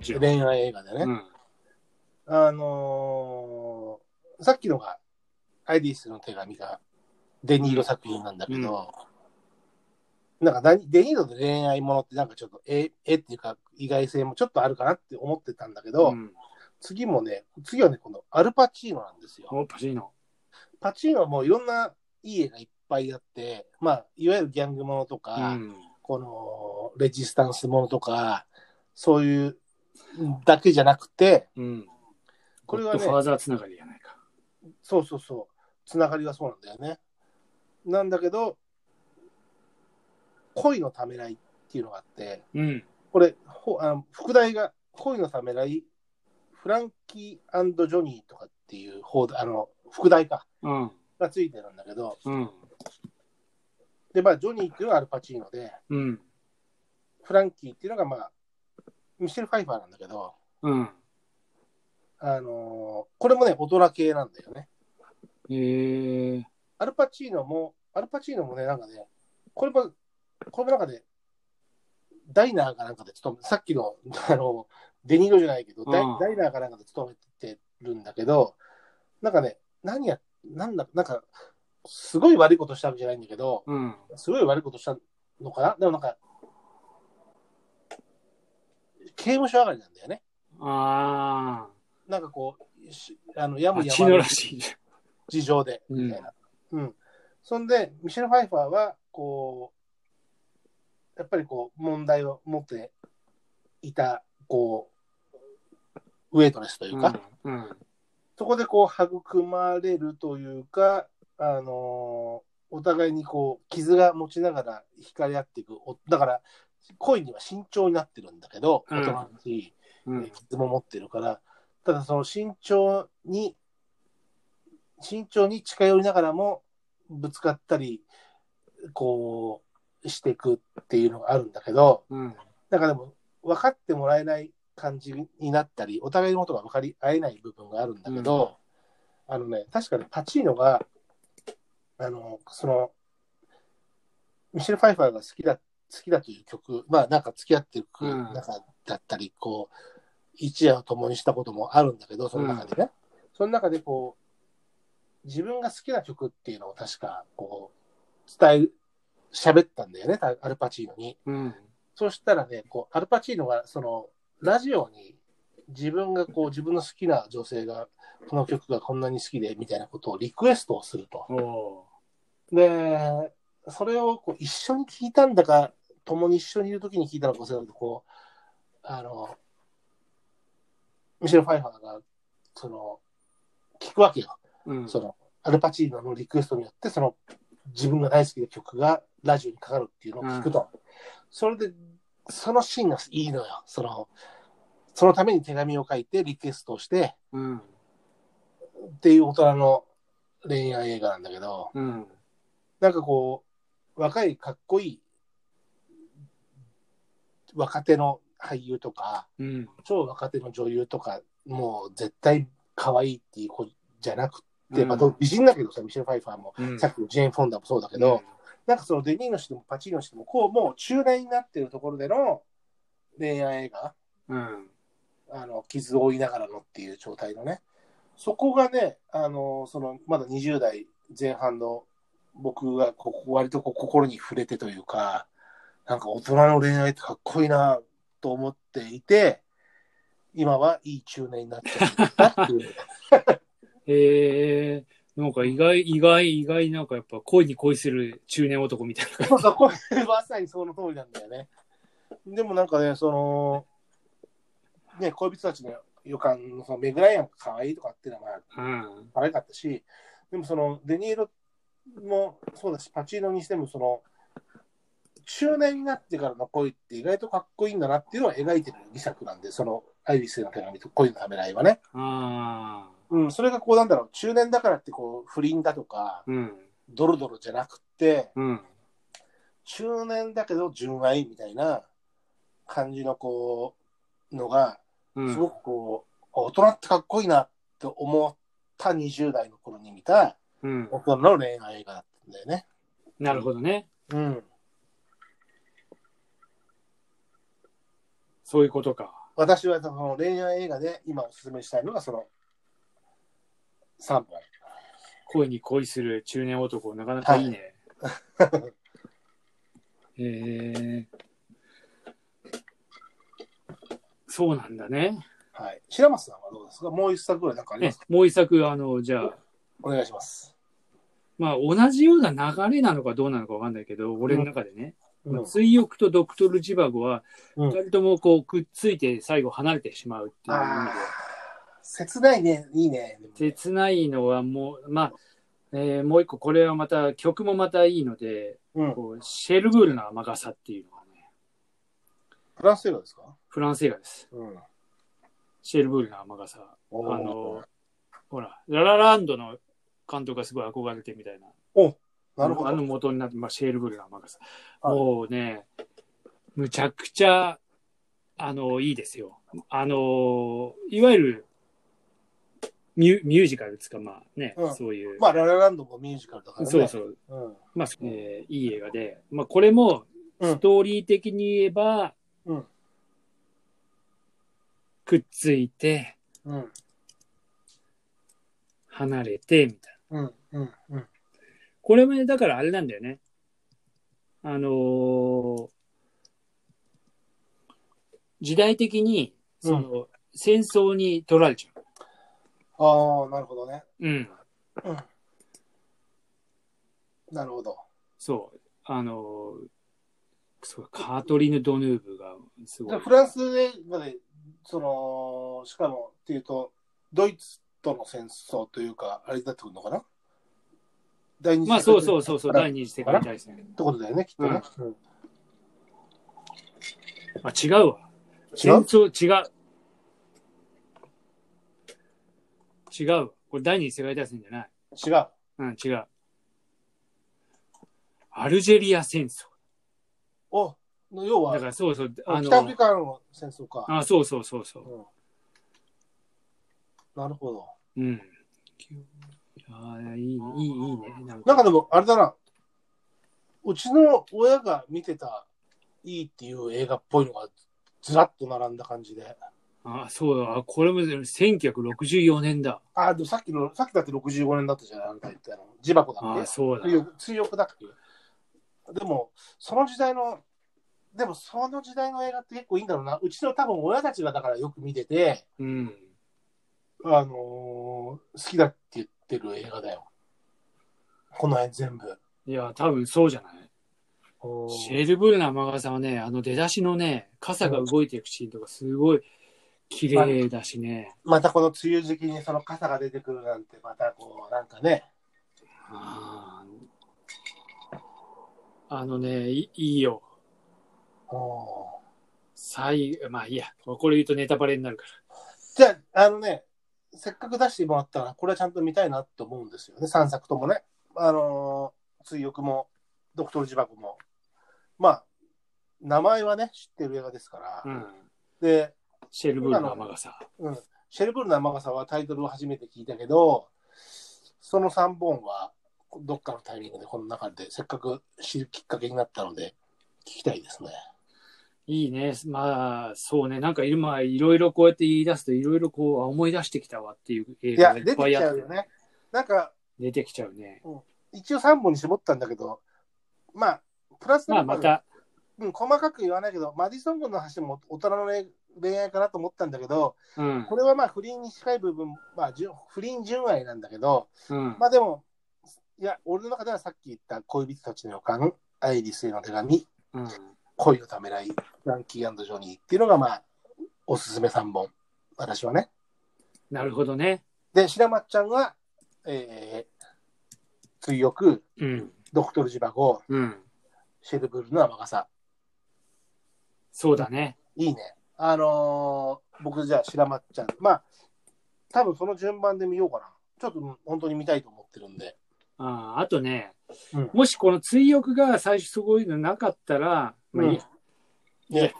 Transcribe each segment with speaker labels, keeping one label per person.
Speaker 1: ちろん。
Speaker 2: 恋愛映画でね。
Speaker 1: うん。
Speaker 2: あのーさっきのが、アイリスの手紙が、デニーロ作品なんだけど、なんか何、デニーロと恋愛ものってなんかちょっと、え、えっていうか、意外性もちょっとあるかなって思ってたんだけど、
Speaker 1: うん
Speaker 2: 次もね、次はね、このアルパチーノなんですよ。
Speaker 1: おパシーノ。
Speaker 2: パチーノはもういろんないい映画いっぱいあって、まあ、いわゆるギャングものと
Speaker 1: う
Speaker 2: か、
Speaker 1: ん。
Speaker 2: このレジスタンスものとか、そういうだけじゃなくて、
Speaker 1: うん。
Speaker 2: これはね
Speaker 1: ゴッドファーザーつながりやないか。
Speaker 2: そうそうそう、つながりがそうなんだよね。なんだけど、恋のためらいっていうのがあって、
Speaker 1: うん。
Speaker 2: これ、ほあの副題が恋のためらい、フランキージョニーとかっていう方であの副題か、
Speaker 1: うん。
Speaker 2: がついてるんだけど、
Speaker 1: うん。
Speaker 2: で、まあ、ジョニーっていうのはアルパチーノで、
Speaker 1: うん。
Speaker 2: フランキーっていうのが、まあ、ミシェル・ファイファーなんだけど、
Speaker 1: うん。
Speaker 2: あのーこれもね、大人系なんだよね。
Speaker 1: ええ。
Speaker 2: アルパチーノも、アルパチーノもね、なんかね、これも、これもなんかね、ダイナーかなんかで勤め、さっきの、あの、デニーロじゃないけど、ダイ
Speaker 1: うん
Speaker 2: ダイナーかなんかで勤めてるんだけど、なんかね、何や、なんだ、なんか、すごい悪いことしたわけじゃないんだけど、
Speaker 1: うん。
Speaker 2: すごい悪いことしたのかなでもなんか、刑務所上がりなんだよね。
Speaker 1: あ
Speaker 2: なんかこう、しあのや
Speaker 1: あ。
Speaker 2: む
Speaker 1: パ
Speaker 2: や
Speaker 1: チー
Speaker 2: ま
Speaker 1: ノ
Speaker 2: ぬ
Speaker 1: らしい。
Speaker 2: 事情で、
Speaker 1: うん
Speaker 2: みたいな。うん。そんで、ミシェル・ファイファーは、こう、やっぱりこう、問題を持っていた、こう、ウェイトレスというか、
Speaker 1: うん。
Speaker 2: そこでこう、育まれるというか、あのーお互いにこう、傷が持ちながら惹かれ合っていく。おだから、恋には慎重になってるんだけど、
Speaker 1: うん
Speaker 2: 大人だし、
Speaker 1: う
Speaker 2: えー
Speaker 1: ん。
Speaker 2: 傷も持ってるから、ただその慎重に、慎重に近寄りながらも、ぶつかったり、こう、していくっていうのがあるんだけど、
Speaker 1: うん。
Speaker 2: なんかでも、分かってもらえない感じになったり、お互いのことが分かり合えない部分があるんだけど、あのね、確かにパチーノが、あの、その、ミシェル・ファイファーが好きだ、好きだという曲、まあなんか付き合ってる曲
Speaker 1: う
Speaker 2: の
Speaker 1: ん
Speaker 2: 中だったり、こう、一夜を共にしたこともあるんだけど、その中でね、その中でこう、自分が好きな曲っていうのを確か、こう、伝え、喋ったんだよね、アルパチーノに。
Speaker 1: うん。
Speaker 2: そしたらね、こう、アルパチーノが、その、ラジオに、自分がこう、自分の好きな女性が、この曲がこんなに好きで、みたいなことをリクエストをすると。
Speaker 1: おお
Speaker 2: で、それをこう一緒に聞いたんだか、共に一緒にいるときに聞いたのか、それとこう、あの、ミシェル・ファイファーが、その、聞くわけよ。
Speaker 1: ー。うん。
Speaker 2: その、アルパチーノのリクエストによって、その、自分が大好きな曲がラジオにかかるっていうのを聞くと。それで、そのシーンがいいのよ。その、そのために手紙を書いてリクエストをして
Speaker 1: うん。
Speaker 2: っていう大人の恋愛映画なんだけど、
Speaker 1: うん。
Speaker 2: なんかこう、若いかっこいい若手の俳優とか、
Speaker 1: うん。
Speaker 2: 超若手の女優とか、もう絶対可愛いっていう子じゃなくて、
Speaker 1: うん
Speaker 2: まあ美人だけどさ、ミシェル・ファイファーも。
Speaker 1: うん
Speaker 2: さっきのジェーン・フォンダもそうだけど、なんかそのデニーの人もパチーノの人も、こう、もう中年になってるところでの恋愛映画、
Speaker 1: うん。
Speaker 2: あの、傷を負いながらのっていう状態のね、そこがね、あの、その、まだ20代前半の僕がここ、割とこう心に触れてというか、なんか大人の恋愛ってかっこいいなと思っていて、今はいい中年になっちゃったっていう。
Speaker 1: へえー。なんか意外、意外、意外、なんかやっぱ恋に恋する中年男みたいな
Speaker 2: そうそう、これまさにその通りなんだよね。でもなんかね、その、ね、恋人たちの予感のそのメグライアンが可愛いとかっていうのはまあ
Speaker 1: 感
Speaker 2: 可愛かったし、でもそのデニーロもそうだし、パチーノにしてもその、中年になってからの恋って意外とかっこいいんだなっていうのを描いてる2作なんで、そのアイリスへの手紙と恋のためらいはね。
Speaker 1: うん。ああ。
Speaker 2: うん、それがこうなんだろう、中年だからってこう不倫だとか、
Speaker 1: うん。
Speaker 2: ドロドロじゃなくって、
Speaker 1: うん。
Speaker 2: 中年だけど純愛みたいな感じのこうのが
Speaker 1: うん。
Speaker 2: すごくこう、大人ってかっこいいなって思った20代の頃に見た
Speaker 1: うん。
Speaker 2: 大人の恋愛映画だったんだよね。
Speaker 1: なるほどね。
Speaker 2: うん、
Speaker 1: そういうことか。
Speaker 2: 私はその恋愛映画で今おすすめしたいのがその3本。
Speaker 1: 恋に恋する中年男、なかなかいいね。えーそうなんだね。
Speaker 2: はい。白松さんはどうですかもう一作ぐらいなんかありま
Speaker 1: ね
Speaker 2: すか
Speaker 1: もう一作、あの、じゃあ、
Speaker 2: お願いします。
Speaker 1: まあ、同じような流れなのかどうなのかわかんないけど、俺の中でね、
Speaker 2: うん
Speaker 1: 追憶とドクトル・ジバゴは、
Speaker 2: うん
Speaker 1: 二人ともこう、くっついて最後離れてしまうっていう意
Speaker 2: ああ、
Speaker 1: 味
Speaker 2: 切ないね。いいね。
Speaker 1: で、切ないのはもう、まあ、えーもう一個、これはまた、曲もまたいいので、
Speaker 2: うん。
Speaker 1: こうシェルブールの雨傘っていうのがね、
Speaker 2: フランス映画ですか
Speaker 1: フランス映画です。
Speaker 2: うん。あ
Speaker 1: シェルブールの雨傘。あの、ほら、ララランドの監督がすごい憧れてみたいな。
Speaker 2: なるほ
Speaker 1: あの
Speaker 2: ど。
Speaker 1: 元になって、まあ、シェールブルの雨傘。
Speaker 2: はい
Speaker 1: もうね、むちゃくちゃ、あの、いいですよ。あの、いわゆる、ミュミュージカルですか、まあね、
Speaker 2: うん
Speaker 1: そういう、
Speaker 2: まあ、ララランドもミュージカルだからね。
Speaker 1: そうそう、
Speaker 2: うん。
Speaker 1: まあ、えーいい映画で、まあ、これも、
Speaker 2: うん
Speaker 1: ストーリー的に言えば、
Speaker 2: うん
Speaker 1: くっついて、
Speaker 2: うん。
Speaker 1: 離れて、みたいな。
Speaker 2: うん。うん。うん。
Speaker 1: これもね、だからあれなんだよね。あのー時代的に、その、戦争に取られちゃう。
Speaker 2: ああ、なるほどね。
Speaker 1: うん。
Speaker 2: うん。なるほど。
Speaker 1: そう。あのーそうカートリーヌ・ドヌーブが、すご
Speaker 2: じゃ
Speaker 1: い
Speaker 2: あ。フランス映画で、その、しかもっていうと、ドイツとの戦争というか、あれだってくるのかな第二次
Speaker 1: まあ、そうそうそうそう、第
Speaker 2: 二
Speaker 1: 二次世界大戦。
Speaker 2: ってことだよね、きっとね。うん
Speaker 1: まあ、違うわ。戦
Speaker 2: 違う
Speaker 1: 争、違う。違うわ。これ第二次世界大戦じゃない。
Speaker 2: 違う。
Speaker 1: うん、違う。アルジェリア戦争。
Speaker 2: お、の要
Speaker 1: だ
Speaker 2: は
Speaker 1: か、らそうそう、あ
Speaker 2: 北アフ
Speaker 1: の
Speaker 2: リ、カの戦争か。
Speaker 1: あ、そうそうそうそう。
Speaker 2: なるほど。
Speaker 1: うん。あーいい、いい、いいね。なん
Speaker 2: なんか
Speaker 1: か、
Speaker 2: でも、あれだな。うちの親が見てた、いいっていう映画っぽいのが、ずらっと並んだ感じで。
Speaker 1: あ、そうだ、あこれも1964年だ。
Speaker 2: ああ、でもさっきの、さっきだって65年だったじゃないあなた言ったの。自爆だっ
Speaker 1: あ
Speaker 2: け
Speaker 1: そうだ。
Speaker 2: 追憶追憶だっけでも、その時代の、でもその時代の映画って結構いいんだろうな。うちの多分親たちがだからよく見てて、
Speaker 1: うん。
Speaker 2: あのー好きだって言ってる映画だよ。この辺全部。
Speaker 1: いや、多分そうじゃない。シェルブルの雨傘はね、あの出だしのね、傘が動いていくシーンとかすごい綺麗だしね。
Speaker 2: またこの梅雨時期にその傘が出てくるなんて、またこう、なんかね。
Speaker 1: あーあのね、いいいよ。
Speaker 2: おー
Speaker 1: 最後、まあいいや、これ言うとネタバレになるから。
Speaker 2: じゃあ、あのね、せっかく出してもらったら、これはちゃんと見たいなと思うんですよね、3作ともね。あのー追憶も、ドクトル自爆も。まあ、名前はね、知ってる映画ですから。
Speaker 1: うん。
Speaker 2: で、
Speaker 1: シェルブルの雨傘。
Speaker 2: うん、シェルブルの雨傘はタイトルを初めて聞いたけど、その3本は、どっかのタイミングでこの中でせっかく知るきっかけになったので、聞きたいですね。
Speaker 1: いいね。まあ、そうね。なんか今、いろいろこうやって言い出すと、いろいろこう、あ思い出してきたわっていう映
Speaker 2: い
Speaker 1: 画
Speaker 2: や、
Speaker 1: がい
Speaker 2: 出て
Speaker 1: っぱ
Speaker 2: き
Speaker 1: い
Speaker 2: ち
Speaker 1: あ
Speaker 2: ゃう
Speaker 1: って。
Speaker 2: よね。なんか、
Speaker 1: 出てきちゃうね。
Speaker 2: 一応3本に絞ったんだけど、まあ、プラス
Speaker 1: ま
Speaker 2: な
Speaker 1: あ、
Speaker 2: 部分
Speaker 1: また、
Speaker 2: うん、細かく言わないけど、マディソン軍の話も大人の恋愛かなと思ったんだけど、
Speaker 1: うん
Speaker 2: こ。れはまあ不倫に近い部分、まあ、純不倫純愛なんだけど、
Speaker 1: うん
Speaker 2: まあでも、いや、俺の中ではさっき言った恋人たちの予感、アイリスへの手紙、
Speaker 1: うん。
Speaker 2: 恋のためらい、ランキージョニーっていうのがまあ、おすすめ3本、私はね。
Speaker 1: なるほどね。
Speaker 2: で、白松ちゃんは、えー、追憶、
Speaker 1: うん。
Speaker 2: ドクトルジバゴ、
Speaker 1: うん。
Speaker 2: シェルブルの雨傘。
Speaker 1: そうだね。
Speaker 2: いいね。あのー僕じゃあ白松ちゃん。まあ、多分その順番で見ようかな。ちょっとうん本当に見たいと思ってるんで。
Speaker 1: あーあとね、
Speaker 2: うん
Speaker 1: もしこの追憶が最初すごいのなかったら、まあいいや
Speaker 2: うんいや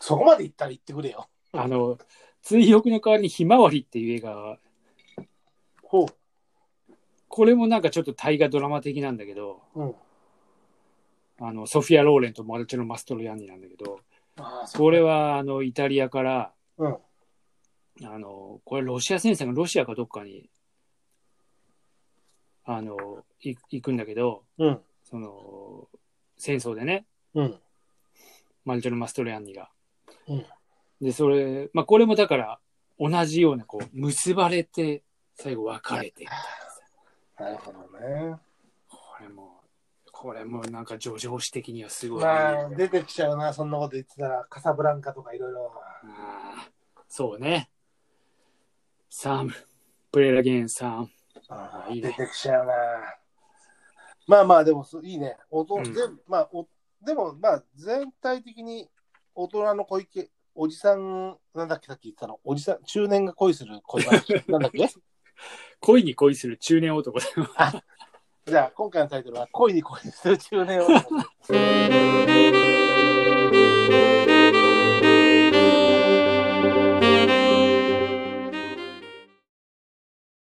Speaker 2: そこまで行ったら行ってくれよ。
Speaker 1: あの、追憶の代わりにひまわりっていう映画、
Speaker 2: ほ
Speaker 1: これもなんかちょっと大河ドラマ的なんだけど、
Speaker 2: う。うん。
Speaker 1: あの、ソフィア・ローレンとマルチェロ・マストロヤンニなんだけど、
Speaker 2: ああ、
Speaker 1: これはあのイタリアから
Speaker 2: うん
Speaker 1: あの、これロシア戦線がロシアかどっかに、あの、い行くんだけど、
Speaker 2: うん。
Speaker 1: その、戦争でね、
Speaker 2: うん。
Speaker 1: マルチェロ・マストレアンニが。
Speaker 2: うん
Speaker 1: で、それ、まあ、これもだから、同じような、こう、結ばれて、最後別れてみたいなさ。
Speaker 2: なるほどね。
Speaker 1: これも、これもなんか、叙情史的にはすごいね、
Speaker 2: まあ、出てきちゃうな、そんなこと言ってたら、カサブランカとかいろいろ。
Speaker 1: あーそうね。サム、プレイラゲンサム。
Speaker 2: あ
Speaker 1: あいい
Speaker 2: 出
Speaker 1: ね
Speaker 2: てきちゃうな。まあまあ、でもそう、いいね。おと
Speaker 1: うん
Speaker 2: 全まあ、おでも、まあ、全体的に大人の小池、おじさん、なんだっけ、さっき言ってたの、おじさん、中年が恋する恋話、 なんだっけ
Speaker 1: 恋に恋する中年男だよ。
Speaker 2: じゃあ、今回のタイトルは、恋に恋する中年男。